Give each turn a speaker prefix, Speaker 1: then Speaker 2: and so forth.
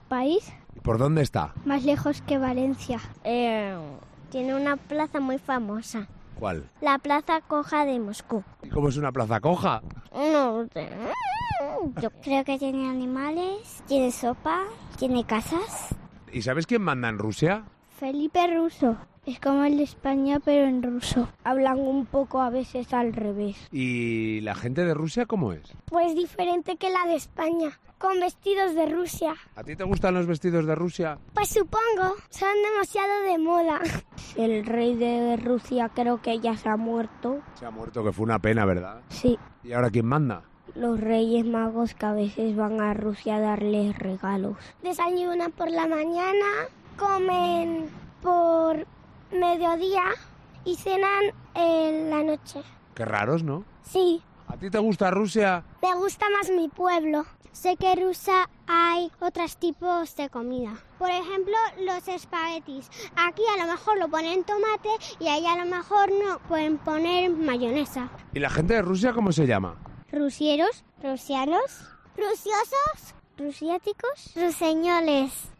Speaker 1: país,
Speaker 2: ¿Por dónde está?
Speaker 1: más lejos que Valencia.
Speaker 3: Eh,
Speaker 1: Em,
Speaker 3: tiene una plaza muy famosa.
Speaker 2: ¿Cuál?
Speaker 3: La Plaza Coja de Moscú.
Speaker 2: ¿Cómo es una plaza coja?
Speaker 3: No sé. Yo creo que tiene animales, tiene sopa, tiene casas.
Speaker 2: ¿Y sabes quién manda en Rusia?
Speaker 1: Felipe Ruso. Es como el de España, pero en ruso. Hablan un poco a veces al revés.
Speaker 2: ¿Y la gente de Rusia cómo es?
Speaker 3: Pues diferente que la de España, con vestidos de Rusia.
Speaker 2: ¿A ti te gustan los vestidos de Rusia?
Speaker 3: Pues supongo, son demasiado de moda.
Speaker 1: El rey de Rusia creo que ya se ha muerto.
Speaker 2: Se ha muerto, que fue una pena, ¿verdad?
Speaker 1: Sí,
Speaker 2: ¿Y ahora quién manda?
Speaker 1: los reyes magos que a veces van a Rusia a darles regalos.
Speaker 3: Desayunan por la mañana, comen por mediodía y cenan en la noche.
Speaker 2: Qué raros, ¿no?
Speaker 3: Sí,
Speaker 2: ¿A ti te gusta Rusia?
Speaker 3: me gusta más mi pueblo. Sé que en Rusia hay otros tipos de comida. Por ejemplo, los espaguetis. Aquí a lo mejor lo ponen tomate y ahí a lo mejor no pueden poner mayonesa.
Speaker 2: ¿Y la gente de Rusia cómo se llama?
Speaker 3: Rusieros, rusianos, rusiosos, rusiáticos, ruseñoles.